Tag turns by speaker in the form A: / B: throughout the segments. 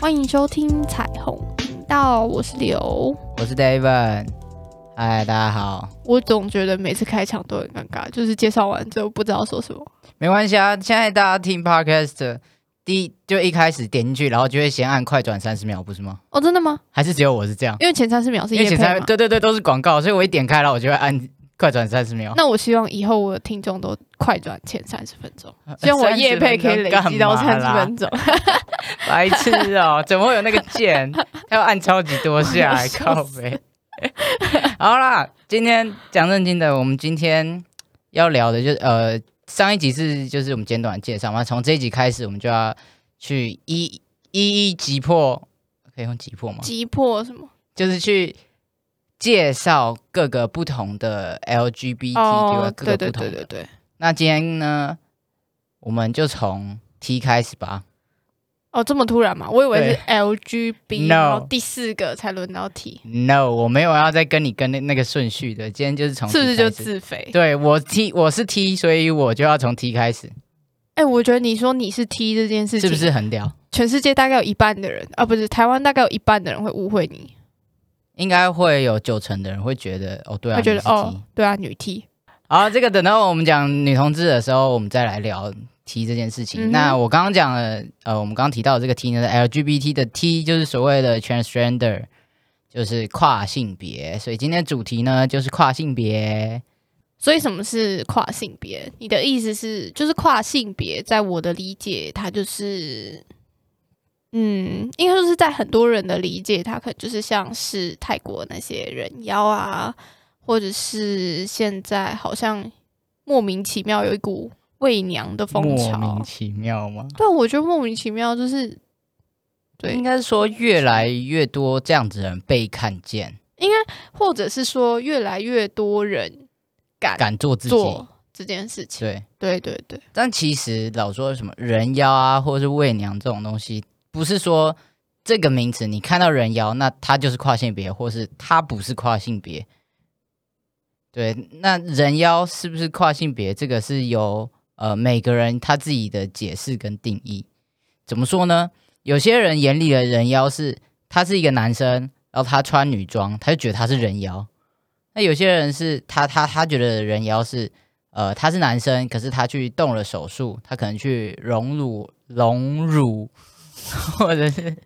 A: 欢迎收听彩虹频道，我是刘。
B: 我是 David，嗨，大家好，
A: 我总觉得每次开场都很尴尬，就是介绍完之后不知道说什么。
B: 没关系啊。现在大家听 Podcast，第一就一开始点进去，然后就会先按快转三十秒，不是吗？
A: 哦，真的吗？
B: 还是只有我是这样？
A: 因为前三十秒是
B: 因为
A: 夜
B: 前
A: 配
B: 三
A: 嘛。
B: 对对对都是广告，所以我一点开，然后我就会按快转三十秒。
A: 那我希望以后我的听众都快转前三十分钟，希望我
B: 30
A: 夜配可以
B: 呃分
A: 累
B: 钟干
A: 积到
B: 嘛
A: 三十
B: 啦
A: 分钟。
B: 白痴哦、怎么会有那个 键？要按超级多下
A: 我要
B: 来
A: 笑
B: 靠背。 好啦，今天讲正经的，我们今天要聊的就是呃，上一集是就是我们简短介绍嘛，从这一集开始，我们就要去一一一击破，可以用击破吗？
A: 击破什么？
B: 就是去介绍各个不同的 LGBT 啊各
A: 哦对
B: 个
A: 对
B: 不同
A: 对
B: 的。
A: 对对。
B: 那今天呢，我们就从 T 开始吧。
A: 哦，这么突然嘛？我以为是 LGB，
B: No
A: 然后第四个才轮到 T，
B: No，我没有要再跟你跟那那个顺序的，今天就是从
A: 是不是
B: T
A: 就
B: 开始
A: 自肥？
B: 对我 T 我是 T，所以我就要从 T 开始，
A: 哎、我觉得你说你是 T 这件事
B: 是
A: 情，
B: 不是很屌？
A: 全世界大概有一半的人啊，不是台湾大概有一半的人会误会你，
B: 应该会有九成的人会觉得哦，对啊，
A: 会觉得
B: 你是 T
A: 哦，对啊，女 T，
B: 好，这个等到我们讲女同志的时候，我们再来聊 T 这件事
A: 嗯
B: 情。
A: 哼
B: 那我刚刚讲了，呃，我们刚刚提到的这个 T 呢呃是，LGBT 的 T 就是所谓的 transgender，就是跨性别。所以今天的主题呢就是跨性别。
A: 所以什么是跨性别？你的意思是，就是跨性别，在我的理解，它就是，嗯，应该就是在很多人的理解，它可能就是像是泰国那些人妖啊，或者是现在好像莫名其妙有一股媚娘的风
B: 莫
A: 潮
B: 名。其妙吗？
A: 对，我觉得莫名其妙就是，对
B: 应，该是说越来越多这样子的人被看见，
A: 或者是说越来越多人敢
B: 敢做自己。
A: 做这件事情。
B: 对，
A: 对对对，
B: 但其实老说什么人妖啊，或者是媚娘这种东西，不是说这个名词你看到人妖，那他就是跨性别，或是他不是跨性别。对，那人妖是不是跨性别，这个是由呃每个人他自己的解释跟定义。怎么说呢？有些人眼里的人妖是他是一个男生，然后他穿女装，他就觉得他是人妖。那有些人是他他他觉得人妖是呃，他是男生，可是他去动了手术，他可能去隆乳、隆乳，或者是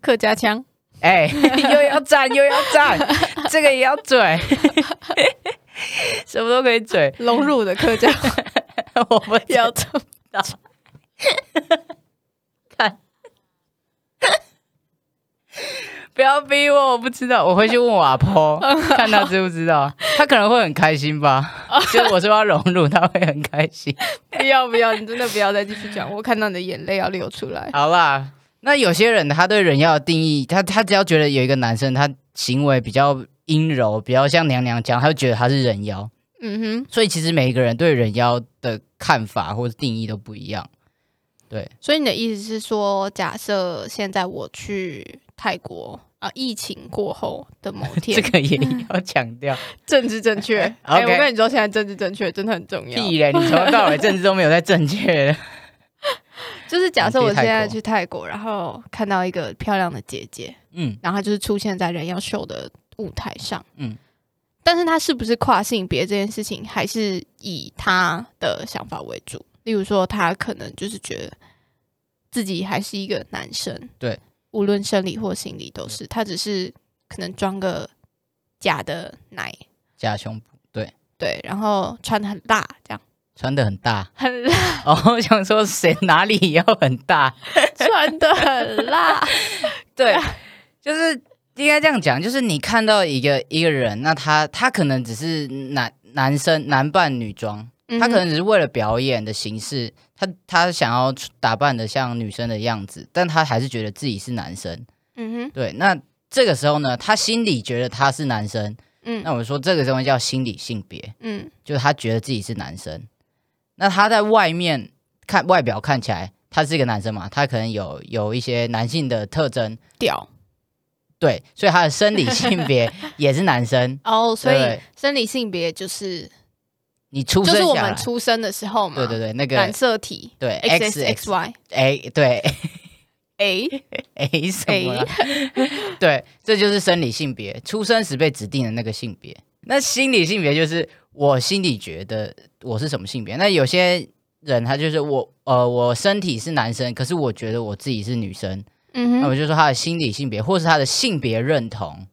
A: 客家腔。
B: 哎、又要赞又要 赞，这个也要 嘴，什么都可以嘴，
A: 融入的 客家
B: 我们
A: 要怎么
B: 不要逼我，我不知道，我回去问我阿 婆，看她知不知道，她可能会很开心 吧。就是我说要融入，她会很开心。
A: 不要不要，你真的不要再继续讲，我看到你的眼泪要流出来。
B: 好啦，那有些人他对人妖的定义，他他只要觉得有一个男生他行为比较阴柔，比较像娘娘腔，他就觉得他是人妖。
A: 嗯哼，
B: 所以其实每一个人对人妖的看法或者定义都不一样。
A: 所以你的意思是说，假设现在我去泰国啊，疫情过后的某天，
B: 这个也要强调。
A: 政治正 确。哎、
B: OK
A: 我跟你说，现在政治正确真的很重要。
B: 屁嘞！你从头到尾政治都没有在正确的。
A: 就是假设
B: 你
A: 我
B: 去泰
A: 现在
B: 国
A: 去泰国，然后看到一个漂亮的姐姐，
B: 嗯，
A: 然后她就是出现在人妖秀的舞台上，嗯
B: 嗯。
A: 但是她是不是跨性别这件事情，还是以她的想法为主。例如说，她可能就是觉得自己还是一个男生，
B: 对，
A: 无论生理或心理都是，她只是可能装个假的奶，
B: 假胸部
A: 对，然后穿的很辣，这样
B: 穿的很大
A: 很辣，
B: 哦， 我想说谁哪里要很大？
A: 穿的很辣，
B: 对， 就是应该这样讲，就是你看到一个一个人，那他他可能只是男男生男扮女装，
A: 嗯
B: 他可能只是为了表演的形式，他他想要打扮的像女生的样子，但他还是觉得自己是男生。
A: 嗯哼，
B: 对，那这个时候呢，他心里觉得他是男生，
A: 嗯哼，
B: 那我们说这个东西叫心理性别，
A: 嗯
B: 就是他觉得自己是男生。那他在外面看外表看起来他是一个男生嘛，他可能有有一些男性的特征，
A: 嗯，屌。
B: 对，所以他的生理性 别也是男生。
A: 哦，所以
B: 对
A: 生理性别就是
B: 你出
A: 就
B: 生
A: 是我
B: 下来
A: 们，出生的时候嘛，
B: 对对对，那
A: 染
B: 个
A: 色体
B: 对
A: X X
B: X
A: Y，
B: 哎对
A: A
B: 诶，什么
A: A，
B: 啦？ 对，这就是生理性别，出生时被指定的那个性别。那心理性别就是我心里觉得我是什么性别。那有些人他就是我，呃，我身体是男生，可是我觉得我自己是女生，
A: 嗯
B: 那
A: 哼，
B: 我就说他的心理性别，或是他的性别认同，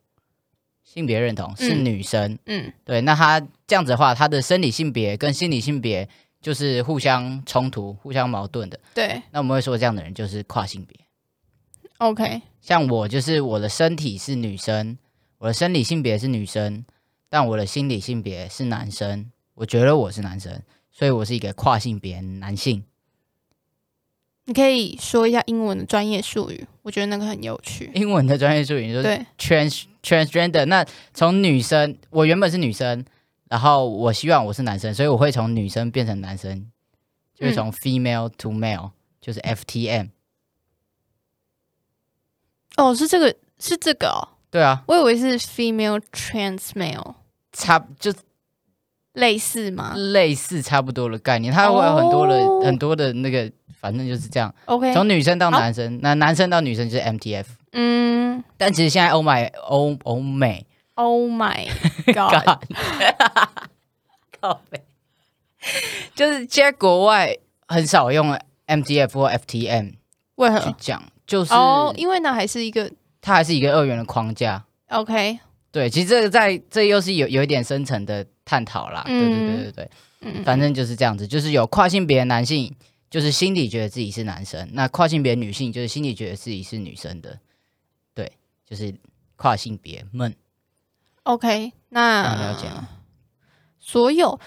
B: 性别认同是
A: 嗯
B: 女生。
A: 嗯
B: 对，那他这样子的话，他的生理性别跟心理性别就是互相冲突、互相矛盾的。
A: 对
B: 那我们会说这样的人就是跨性别。
A: ，OK，
B: 像我就是我的身体是女生，我的生理性别是女生，但我的心理性别是男生。我觉得我是男生，所以我是一个跨性别男性。
A: 你可以说一下英文的专业术语，我觉得那个很有趣。
B: 英文的专业术语就是
A: 对，
B: trans transgender。那从女生，我原本是女生，然后我希望我是男生，所以我会从女生变成男生，
A: 嗯
B: 就是从 female to male，就是 FTM。
A: 哦，是这个，是这个哦，
B: 对啊，
A: 我以为是 female trans male，
B: 差就
A: 类似吗
B: 类似差不多的概念，它会有很多的、
A: 哦
B: 很多的那个，反正就是这样，
A: ？OK，
B: 从女生到男生，那男生到女生就是 MTF。
A: 嗯
B: 但其实现在欧美欧欧美
A: ，Oh my God，
B: 干， 靠北，就是现在国外很少用 MTF 或 FTM
A: 为
B: 去
A: 何？
B: 讲，就是
A: 哦，因为那还是一个
B: 它还是一个二元的框架。
A: OK，
B: 对，其实这个在这又是有有一点深层的探讨啦。对对对对对。
A: 嗯，
B: 反正就是这样子，就是有跨性别的男性，就是心里觉得自己是男生；那跨性别女性，就是心里觉得自己是女生的。对，就是跨性别们，
A: OK，
B: 这
A: 那
B: 样哦了解
A: 啊
B: 吗？
A: 所有，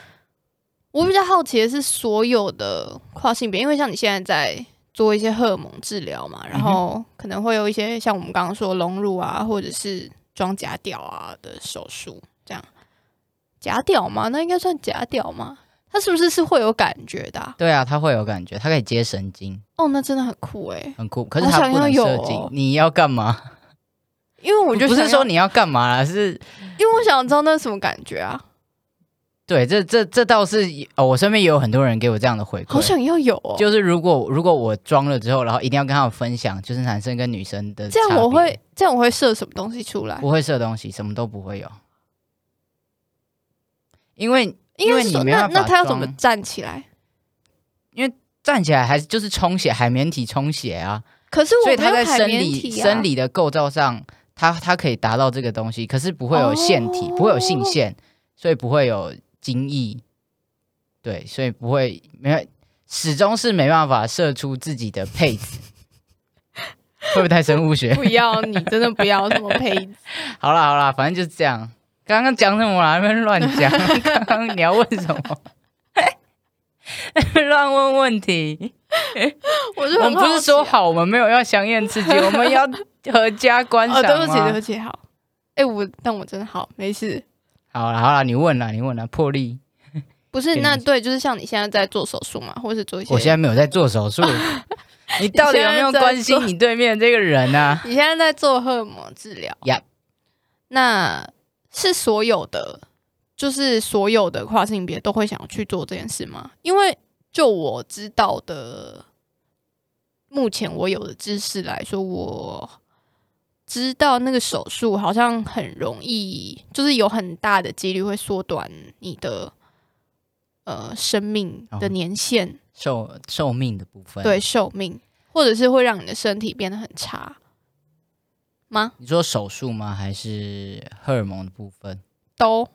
A: 我比较好奇的是所有的跨性别，因为像你现在在做一些荷尔蒙治疗
B: 嗯
A: 嘛，然后可能会有一些像我们刚刚说隆乳啊，或者是装假屌啊的手术，这样假屌吗？那应该算假屌吗？它是不是是会有感觉的啊、
B: 对啊，他会有感觉，他可以接神经，
A: 哦，那真的很酷欸诶、
B: 很酷。可是
A: 好
B: 他
A: 想
B: 不
A: 要
B: 能
A: 有
B: 射精，
A: 哦
B: 你要干嘛？
A: 因为 我就
B: 不
A: 想
B: 是
A: 要
B: 说，你要干嘛啦，是
A: 因为我想知道那是什么感觉啊，
B: 对，这这这倒是哦，我身边也有很多人给我这样的回
A: 好
B: 馈。
A: 想要有哦，
B: 就是如果如果我装了之后，然后一定要跟他们分享，就是男生跟女生的
A: 这样
B: 差
A: 我
B: 别
A: 会这样我会射什么东西出来？
B: 不会射东西，什么都不会有，因为
A: 应
B: 因
A: 该
B: 为
A: 是
B: 你
A: 说
B: 没
A: 那
B: 办法
A: 那他要怎么
B: 装
A: 站起来？
B: 站起来还是就是充血，海绵体充血啊，
A: 可是我
B: 所以
A: 没
B: 它
A: 有
B: 在
A: 海
B: 生
A: 绵
B: 理、
A: 体啊，
B: 生理的构造上，它它可以达到这个东西，可是不会有腺体，
A: 哦
B: 不会有性腺，所以不会有精液，对，所以不会没有，始终是没办法射出自己的 配子，会不会太生物学？
A: 不要你真的不要什 么配置
B: 好啦好啦，反正就是这样。刚刚讲什么啦？那边乱 讲。刚刚你要问什么？乱问问题。
A: 我是
B: 我
A: 很啊
B: 们不是说好，我们没有要相艳 刺激，我们要合家观
A: 好
B: 赏、
A: 奇啊哦，对不起对不。起，好，哎、我但我真的好没事，
B: 好啦好啦，你问啦，你问啦，破例。
A: 不是
B: 给
A: 那
B: 你
A: 对，就是像你现在在做手术嘛，或是做一些，
B: 我现在没有在 做手术。你到底有没有关心你对面这个人啊？
A: 你现在在做荷尔蒙治疗
B: Yep
A: 那是所有的，就是所有的跨性别都会想去做这件事吗？因为就我知道的，目前我有的知识来说，我知道那个手术好像很容易，就是有很大的几率会缩短你的呃生命的
B: 哦
A: 年限，
B: 寿寿命的部分。
A: 对，寿命，或者是会让你的身体变得很差吗？
B: 你说手术吗？还是荷尔蒙的部分？
A: 都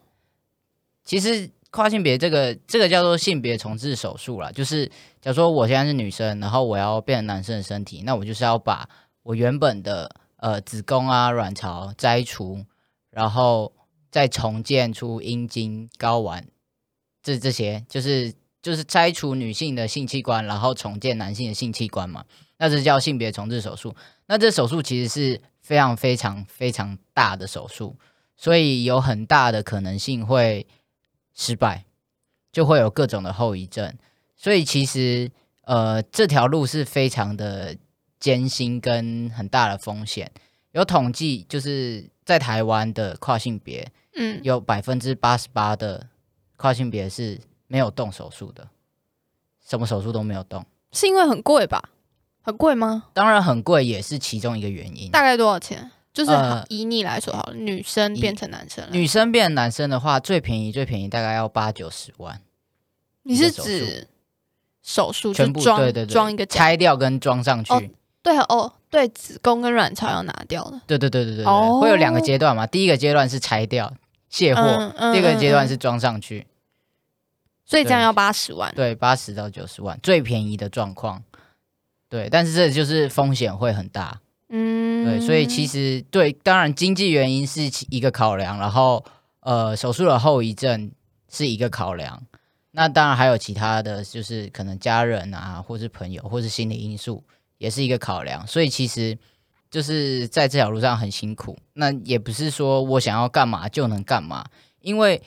B: 其实跨性别这个这个叫做性别重置手术啦，就是假如说我现在是女生，然后我要变成男生的身体，那我就是要把我原本的呃子宫啊、卵巢摘除，然后再重建出阴茎、睾丸，这这些就是就是摘除女性的性器官，然后重建男性的性器官嘛，那这叫性别重置手术。那这手术其实是非常非常非常大的手术，所以有很大的可能性会失败，就会有各种的后遗症。所以其实呃，这条路是非常的艰辛跟很大的风险。有统计，就是在台湾的跨性别
A: 嗯，
B: 有百分之八十八的跨性别是没有动手术的，什么手术都没有动。
A: 是因为很贵吧？很贵吗？
B: 当然很贵也是其中一个原因。
A: 大概多少钱？就是
B: 呃
A: 以你来说好了，女生
B: 以
A: 变成男生了，
B: 女生变男生的话，最便宜最便宜大概要八九十万，
A: 你是
B: 的手术
A: 指手术就
B: 全
A: 是
B: 部
A: 装
B: 对对对，
A: 装一个假
B: 拆掉跟装上去，
A: 哦对哦，对，子宫跟卵巢要拿掉的，
B: 对对对对对对，
A: 哦
B: 会有两个阶段嘛。第一个阶段是拆掉卸货，
A: 嗯嗯
B: 第二个阶段
A: 嗯
B: 是装上去，
A: 所以这样
B: 对
A: 要八十万。
B: 对，八十到九十万最便宜的状况。对，但是这就是风险会很大，
A: 嗯，
B: 对，所以其实对，当然经济原因是其一个考量，然后呃，手术的后遗症是一个考量，那当然还有其他的，就是可能家人啊，或是朋友，或是心理因素，也是一个考量。所以其实就是在这条路上很辛苦，那也不是说我想要干嘛就能干嘛，因为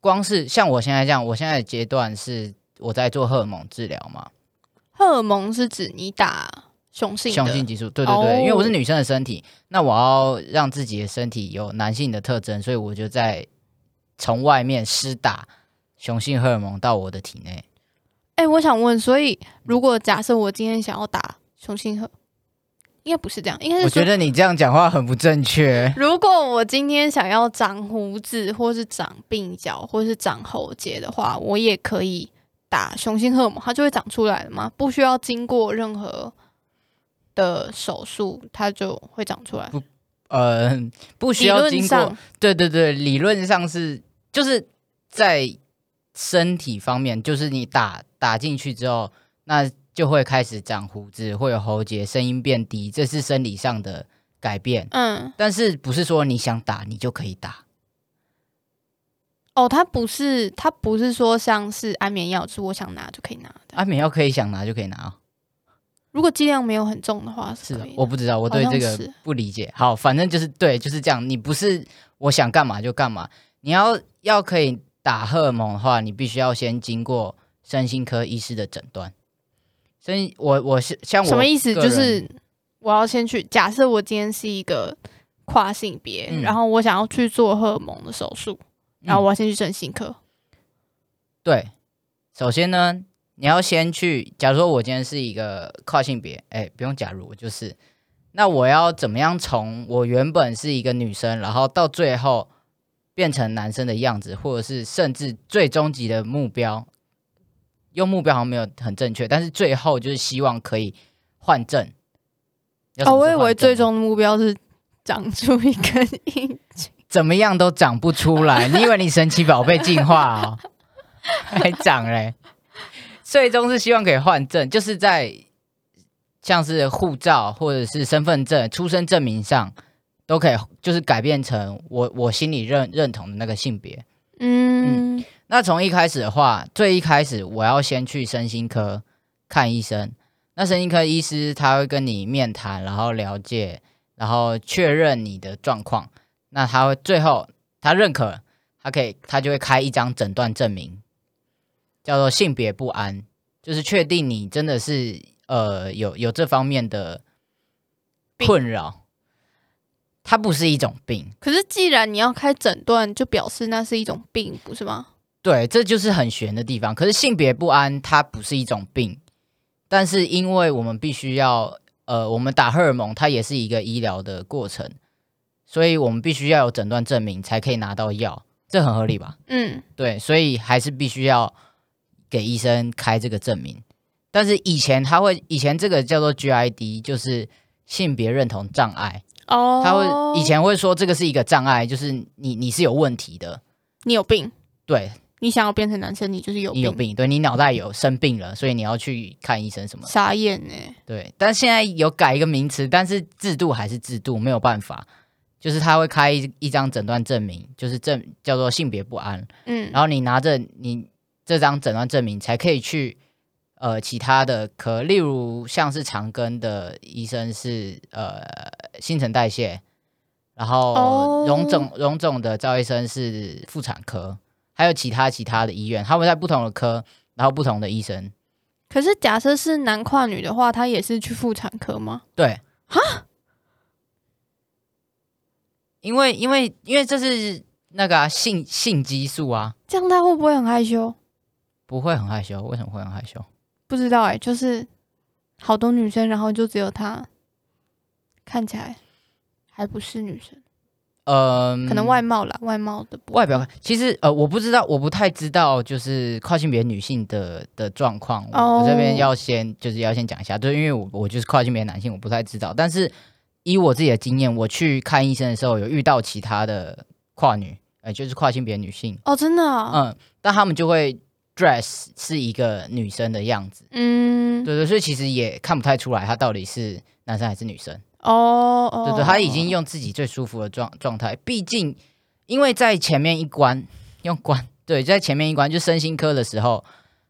B: 光是像我现在这样，我现在的阶段是我在做荷尔蒙治疗嘛，
A: 荷尔蒙是指你打雄性的
B: 雄性激素，对对对，
A: 哦
B: 因为我是女生的身体，那我要让自己的身体有男性的特征，所以我就在从外面施打雄性荷尔蒙到我的体内。
A: 哎、我想问，所以如果假设我今天想要打雄性荷，应该不是这样，应该是
B: 我觉
A: 说，
B: 得你这样讲话很不正确。
A: 如果我今天想要长胡子，或是长鬓角，或是长喉结的话，我也可以打雄性荷尔蒙，它就会长出来了吗？不需要经过任何的手术，它就会长出来。
B: 呃，不需
A: 理
B: 要
A: 论
B: 经过
A: 上，，
B: 对对对，理论上是就是在身体方面，就是你打打进去之后，那就会开始长胡子，会有喉结，声音变低，这是生理上的改变。
A: 嗯，
B: 但是不是说你想打你就可以打？
A: 哦，它不是，它不是说像是安眠药，就是我想拿就可以拿的。
B: 安眠啊药可以想拿就可以拿哦，
A: 如果剂量没有很重的话，
B: 是
A: 可
B: 的
A: 以，的
B: 我不知道，我
A: 好
B: 对
A: 像
B: 这个
A: 是
B: 不理解。好，反正就是对，就是这样。你不是我想干嘛就干嘛，你要要可以打荷尔蒙的话，你必须要先经过身心科医师的诊断。身我我是像我
A: 什么意思？
B: 个
A: 就
B: 人
A: 是我要先去，假设我今天是一个跨性别，
B: 嗯
A: 然后我想要去做荷尔蒙的手术，然后我要先去整形科。
B: 对，首先呢，你要先去，假如说我今天是一个跨性别，哎，不用假如，我就是，那我要怎么样从我原本是一个女生，然后到最后变成男生的样子，或者是甚至最终极的目标，用目标好像没有很正确，但是最后就是希望可以换证。要
A: 哦，
B: 什么
A: 我
B: 是
A: 以
B: 换
A: 为
B: 证
A: 最
B: 呢
A: 终的目标是长出一根 硬。
B: 怎么样都长不出来。你以为你神奇宝贝进化哦，还长嘞？最终是希望可以换证，就是在像是护照或者是身份证、出生证明上都可以，就是改变成我我心里认认同的那个性别。
A: 嗯，
B: 那从一开始的话，最一开始我要先去身心科看医生。那身心科医师他会跟你面谈，然后了解，然后确认你的状况。那他会最后他认可了，他可以他就会开一张诊断证明，叫做性别不安，就是确定你真的是呃有有这方面的
A: 病
B: 困扰。它不是一种病，
A: 可是既然你要开诊断，就表示那是一种病，不是吗？
B: 对，这就是很悬的地方。可是性别不安它不是一种病，但是因为我们必须要，呃，我们打荷尔蒙，它也是一个医疗的过程，所以我们必须要有诊断证明才可以拿到药，这很合理吧？
A: 嗯，
B: 对，所以还是必须要给医生开这个证明。但是以前他会，以前这个叫做 GID，就是性别认同障碍，
A: 哦，
B: 他会以前会说这个是一个障碍，就是你你是有问题的，
A: 你有病，
B: 对，
A: 你想要变成男生，你就是有
B: 你
A: 病。
B: 有病，对你脑袋有生病了，所以你要去看医生什么的。
A: 傻眼欸呢、
B: 对，但现在有改一个名词，但是制度还是制度，没有办法。就是他会开一一张诊断证明，就是证叫做性别不安，
A: 嗯，
B: 然后你拿着你这张诊断证明才可以去呃其他的科，例如像是长庚的医生是呃新陈代谢，然
A: 哦
B: 后荣总荣总的赵医生是妇产科，还有其他其他的医院，他们在不同的科，然后不同的医生，
A: 可是假设是男跨女的话，他也是去妇产科吗？
B: 对，哈，因为因为因为这是那个啊、性性激素啊，
A: 这样他会不会很害羞？
B: 不会很害羞，为什么会很害羞？
A: 不知道哎、就是好多女生，然后就只有她看起来还不是女生，
B: 呃，
A: 可能外貌啦，外貌的部分
B: 外表，其实呃，我不知道，我不太知道，就是跨性别女性的的状况。我,、
A: 哦
B: 我这边要先就是要先讲一下，就是因为我我就是跨性别男性，我不太知道。但是以我自己的经验，我去看医生的时候，有遇到其他的跨女，呃，就是跨性别女性，
A: 哦，真的啊、
B: 嗯，但他们就会 dress 是一个女生的样子，
A: 嗯，
B: 对对，所以其实也看不太出来她到底是男生还是女生。
A: 哦哦，
B: 对对，他已经用自己最舒服的状状态。毕竟，因为在前面一关用关，对，在前面一关就身心科的时候，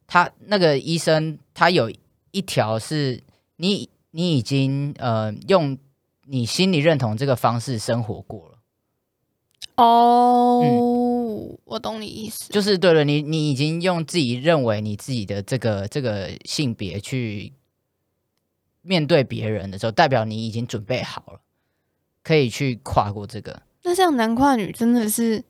B: 他那个医生他有一条是你你已经呃用你心里认同这个方式生活过
A: 嗯
B: 了，
A: 哦，我懂你意思，
B: 嗯就是对了，你你已经用自己认为你自己的这个这个性别去面对别人的时候，代表你已经准备好了，可以去跨过这个。
A: 那这样男跨女真的是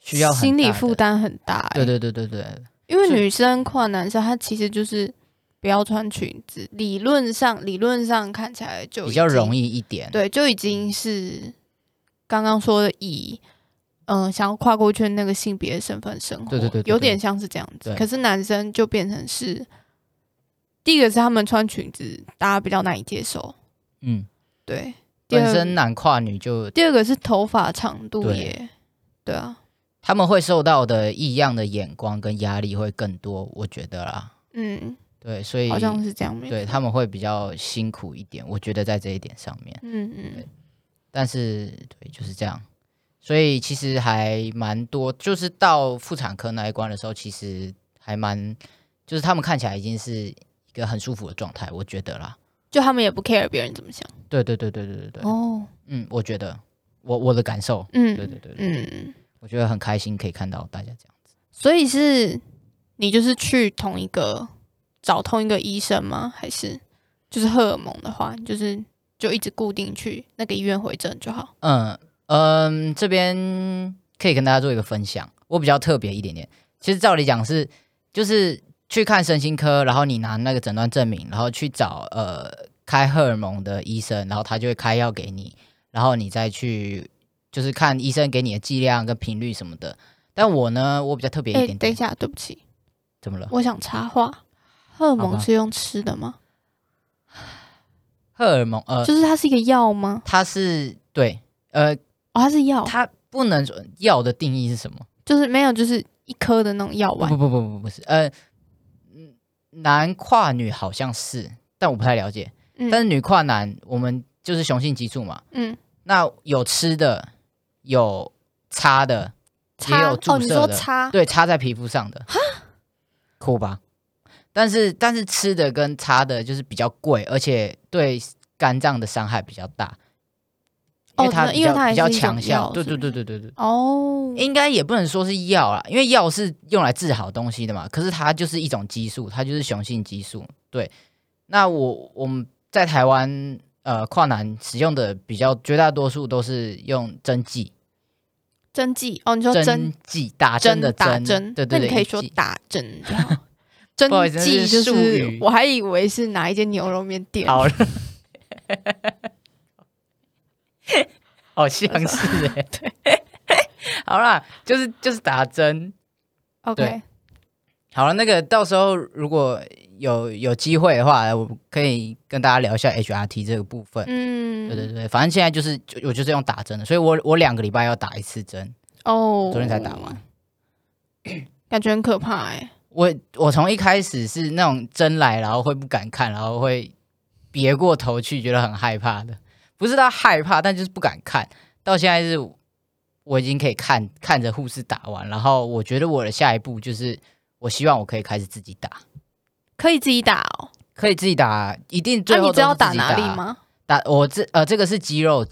B: 需要很
A: 心理
B: 大
A: 负
B: 的
A: 担很大、欸，
B: 对对对对对，
A: 因为
B: 是
A: 女生跨男生，她其实就是不要穿裙子，理论上理论上看起来就
B: 比较容
A: 易，
B: 易一点。，
A: 对，就已
B: 嗯
A: 经是刚刚说的以嗯、呃想要跨过去的那个性别的身份生活，
B: 对对对对
A: 有点像是这样子
B: 对。
A: 可是男生就变成是，第一个是他们穿裙子，大家比较难以接受，
B: 嗯，
A: 对，第
B: 本
A: 二
B: 身男跨女就
A: 第二个是头发长度
B: 对
A: 也，对啊，
B: 他们会受到的异样的眼光跟压力会更多，我觉得啦。
A: 嗯，
B: 对，所以
A: 好像是这样，没
B: 对
A: 错
B: 他们会比较辛苦一点，我觉得在这一点上面。
A: 嗯嗯
B: 对但是对，就是这样。所以其实还蛮多，就是到妇产科那一关的时候，其实还蛮，就是他们看起来已经是一个很舒服的状态，我觉得啦。
A: 就他们也不 care 别人怎么想，
B: 对对对对对对对，
A: 哦，
B: 嗯，我觉得我我的感受，
A: 嗯，
B: 对对对对，
A: 嗯。
B: 我觉得很开心可以看到大家这样。
A: 所以是你就是去同一个找同一个医生吗？还是就是荷尔蒙的话，你就是就一直固定去那个医院回诊就好？
B: 嗯嗯，这边可以跟大家做一个分享，我比较特别一点点。其实照理讲是，就是去看身心科，然后你拿那个诊断证明，然后去找呃开荷尔蒙的医生，然后他就会开药给你，然后你再去就是看医生给你的剂量跟频率什么的。但我呢，我比较特别一
A: 哎、
B: 点点，
A: 等一下，对不起，
B: 怎么了？
A: 我想插话。荷尔
B: 好吧
A: 蒙是用吃的吗？
B: 荷尔蒙呃，
A: 就是它是一个药吗？
B: 它是对呃，
A: 哦，它是药，
B: 它不能说药的定义是什么？
A: 就是没有，就是一颗的那种药丸
B: 不。不不不不是，呃，嗯男跨女好像是，但我不太了解。但
A: 嗯
B: 是女跨男，我们就是雄性激素嘛。
A: 嗯，
B: 那有吃的，有擦的，也
A: 擦
B: 有
A: 哦，
B: 注
A: 你
B: 射
A: 说
B: 的，
A: 擦
B: 对，擦在皮肤上的，酷吧？但是但是吃的跟擦的就是比较贵，而且对肝脏的伤害比较大，
A: 哦
B: 因为它
A: 真的
B: 比
A: 因为
B: 较
A: 它还
B: 比较
A: 是一种
B: 强效
A: 药，
B: 对
A: 是
B: 对
A: 不
B: 对对对对。
A: 哦，
B: 应该也不能说是药啦，因为药是用来治好东西的嘛。可是它就是一种激素，它就是雄性激素。对，那我我们在台湾呃跨男使用的比较绝大多数都是用针剂，
A: 针剂哦，你说针
B: 剂打针啊的
A: 打
B: 针，
A: 针，
B: 对对
A: 那
B: 对，
A: 你可以
B: 一
A: 说
B: 剂
A: 打针 就好。
B: 不好意
A: 针
B: 思
A: 剂就
B: 那是术语
A: 我还以为是哪一间牛肉面店。
B: 好了。 好像 是哎、对， 好啦，就是就是打针，
A: OK，
B: 对好了，那个到时候如果有有机会的话，我可以跟大家聊一下 HRT 这个部分。
A: 嗯，
B: 对对对，反正现在就是就我就是用打针的，所以我我两个礼拜要打一次针，
A: 哦，
B: 昨天才打完，。
A: 感觉很可怕哎、
B: 我我从一开始是那种针来，然后会不敢看，然后会别过头去，觉得很害怕的，不是到害怕，但就是不敢看。到现在是我已经可以看看着护士打完，然后我觉得我的下一步就是我希望我可以开始自己打。
A: 可以自己打哦。
B: 可以自己打，一定
A: 那、
B: 最
A: 啊
B: 后、
A: 你知道打哪里？吗？
B: 打我这呃，这个是肌肉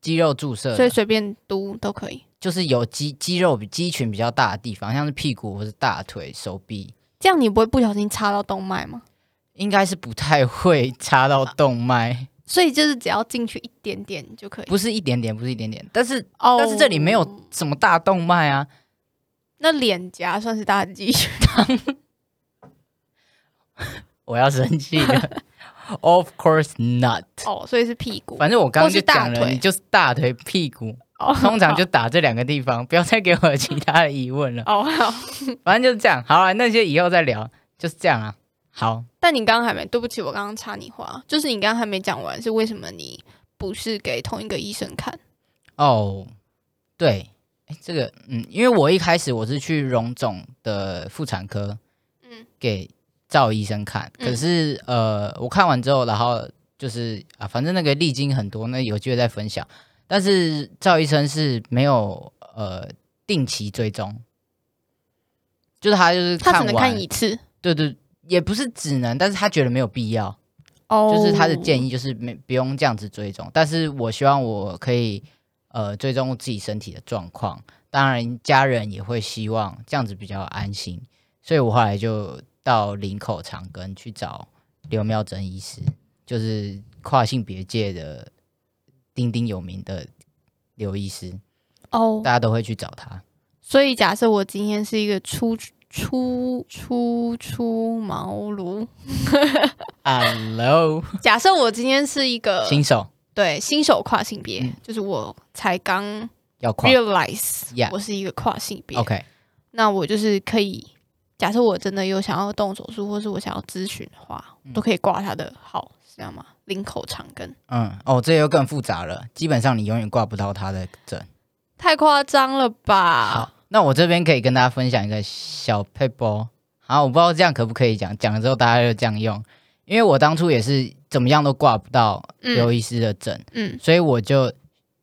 B: 肌肉注射的，
A: 所以随便嘟都可以。
B: 就是有肌肌肉比肌群比较大的地方，像是屁股或是大腿、手臂，
A: 这样你不会不小心插到动脉吗？
B: 应该是不太会插到动 脉，
A: 所以就是只要进去一点点就可以。
B: 不是一点点，不是一点点，但是
A: 哦
B: 但是这里没有什么大动脉啊，
A: 那脸颊算是大肌群，
B: 我要生气了。of course not。
A: 哦，所以是屁股，
B: 反正我刚刚就讲
A: 或是大
B: 了，
A: 腿
B: 你就是大腿、屁股，
A: 哦
B: 通常就打这两个地方，不要再给我有其他的疑问了。
A: 哦好。
B: 反正就是这样，好了，那些以后再聊，就是这样啊。好，
A: 但你刚刚还没，对不起，我刚刚插你话，就是你刚刚还没讲完，是为什么你不是给同一个医生看？
B: 哦，对，哎，这个，嗯，因为我一开始我是去荣总的妇产科
A: 嗯
B: 给赵医生看，
A: 嗯
B: 可是、呃，我看完之后，然后就是啊，反正那个历经很多，那有机会再分享。但是赵医生是没有呃定期追踪，就是他就是
A: 他只
B: 完
A: 能看一次，
B: 对对，也不是只能，但是他觉得没有必要，
A: 哦
B: 就是他的建
A: 议。
B: 议就是没不用这样子追踪。但是我希望我可以呃追踪自己身体的状况，当然家人也会希望这样子比较安心，所以我后来就到林口长庚去找刘妙珍医师，就是跨性别界的鼎鼎有名的刘医师，
A: 哦
B: 大家都会去找他。
A: 所以假设我今天是一个初初初出茅 庐，
B: Hello，
A: 假设我今天是一个
B: 呃新手
A: 对新手跨性别，
B: 嗯
A: 就是我才刚
B: 要跨
A: realize
B: Yeah
A: 我是一个跨性别
B: OK，
A: 那我就是可以。假设我真的有想要动手术，或是我想要咨询的话，都可以挂他的号，是这样吗？领口长庚。
B: 嗯，哦，这又更复杂了。基本上你永远挂不到他的诊。
A: 太夸张了吧？
B: 好，那我这边可以跟大家分享一个小 paper。好，我不知道这样可不可以讲，讲了之后大家就这样用。因为我当初也是怎么样都挂不到刘医师的诊，
A: 嗯
B: 所以我就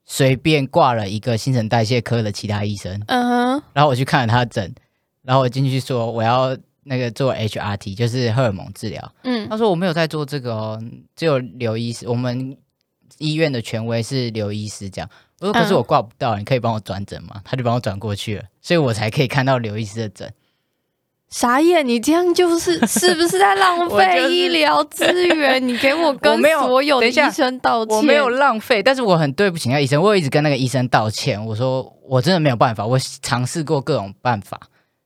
B: 随便挂了一个新陈代谢科的其他医生，
A: 嗯哼，
B: 然后我去看了他的诊，然后我进去说我要那个做 HRT，就是荷尔蒙治疗。
A: 嗯
B: 他说我没有在做这个哦，只有刘医师，我们医院的权威是刘医师这样。我说可是
A: 嗯
B: 我挂不到，你可以帮我转诊吗？他就帮我转过去了，所以我才可以看到刘医师的诊。
A: 傻眼！你这样就是 是不是在浪
B: 我就
A: 费
B: 是
A: 医疗资源？你给我
B: 我
A: 跟
B: 没有
A: 所有的
B: 等一下
A: 医生道歉。
B: 我没有浪费，但是我很对不起那医生，我有一直跟那个医生道歉，我说我真的没有办法，我尝试过各种办法，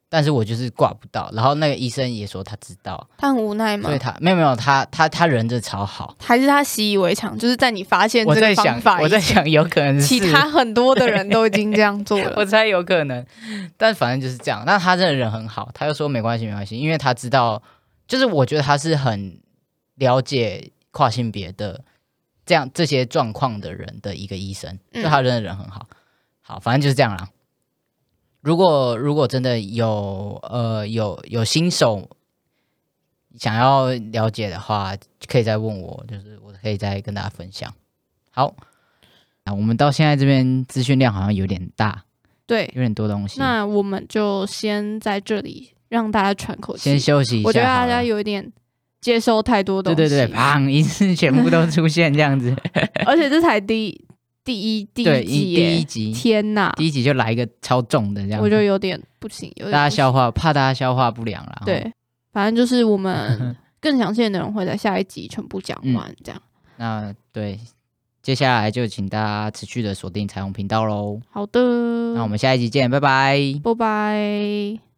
B: 但是我就是挂不到。然后那个医生也说他知道，
A: 他很无奈吗
B: 所以？他没有没有他他他人真的超好。
A: 还是他习以为常？就是在你发现
B: 我
A: 这
B: 在
A: 个
B: 想
A: 方法，
B: 我
A: 以
B: 在
A: 前，
B: 想有可能是
A: 其他很多的人都已经这样 做
B: 我
A: 了。
B: 猜有可能，但反正就是这样。那他真的人很好，他就说没关系，没关系，因为他知道，就是我觉得他是很了解跨性别的这样这些状况的人的一个医生，
A: 嗯
B: 就他真的人很好。好，反正就是这样啦。如果如果真的有呃有有新手想要了解的话，可以再问我，就是我可以再跟大家分享。好，啊，我们到现在这边资讯量好像有点大，
A: 对，
B: 有点多东西。
A: 那我们就先在这里让大家喘口
B: 先
A: 气。
B: 休息一下。
A: 我觉得大家有一点接收太多
B: 对
A: 东西，
B: 对对，砰，一次全部都出现这样子。
A: 而且这才第第一 第
B: 对，
A: 一
B: 一
A: 集
B: 第
A: 耶
B: 一，集，
A: 天哪！
B: 第一集就来一个超重的这样子，
A: 我就有点不行，有点
B: 大家
A: 不行
B: 消化，怕大家消化不良啦。哦，
A: 对，反正就是我 们更详细的内容会在下一集全部讲完，
B: 嗯
A: 这样。
B: 那对，接下来就请大家持续的锁定彩虹频道喽。
A: 好的，
B: 那我们下一集见，拜拜。
A: 拜拜。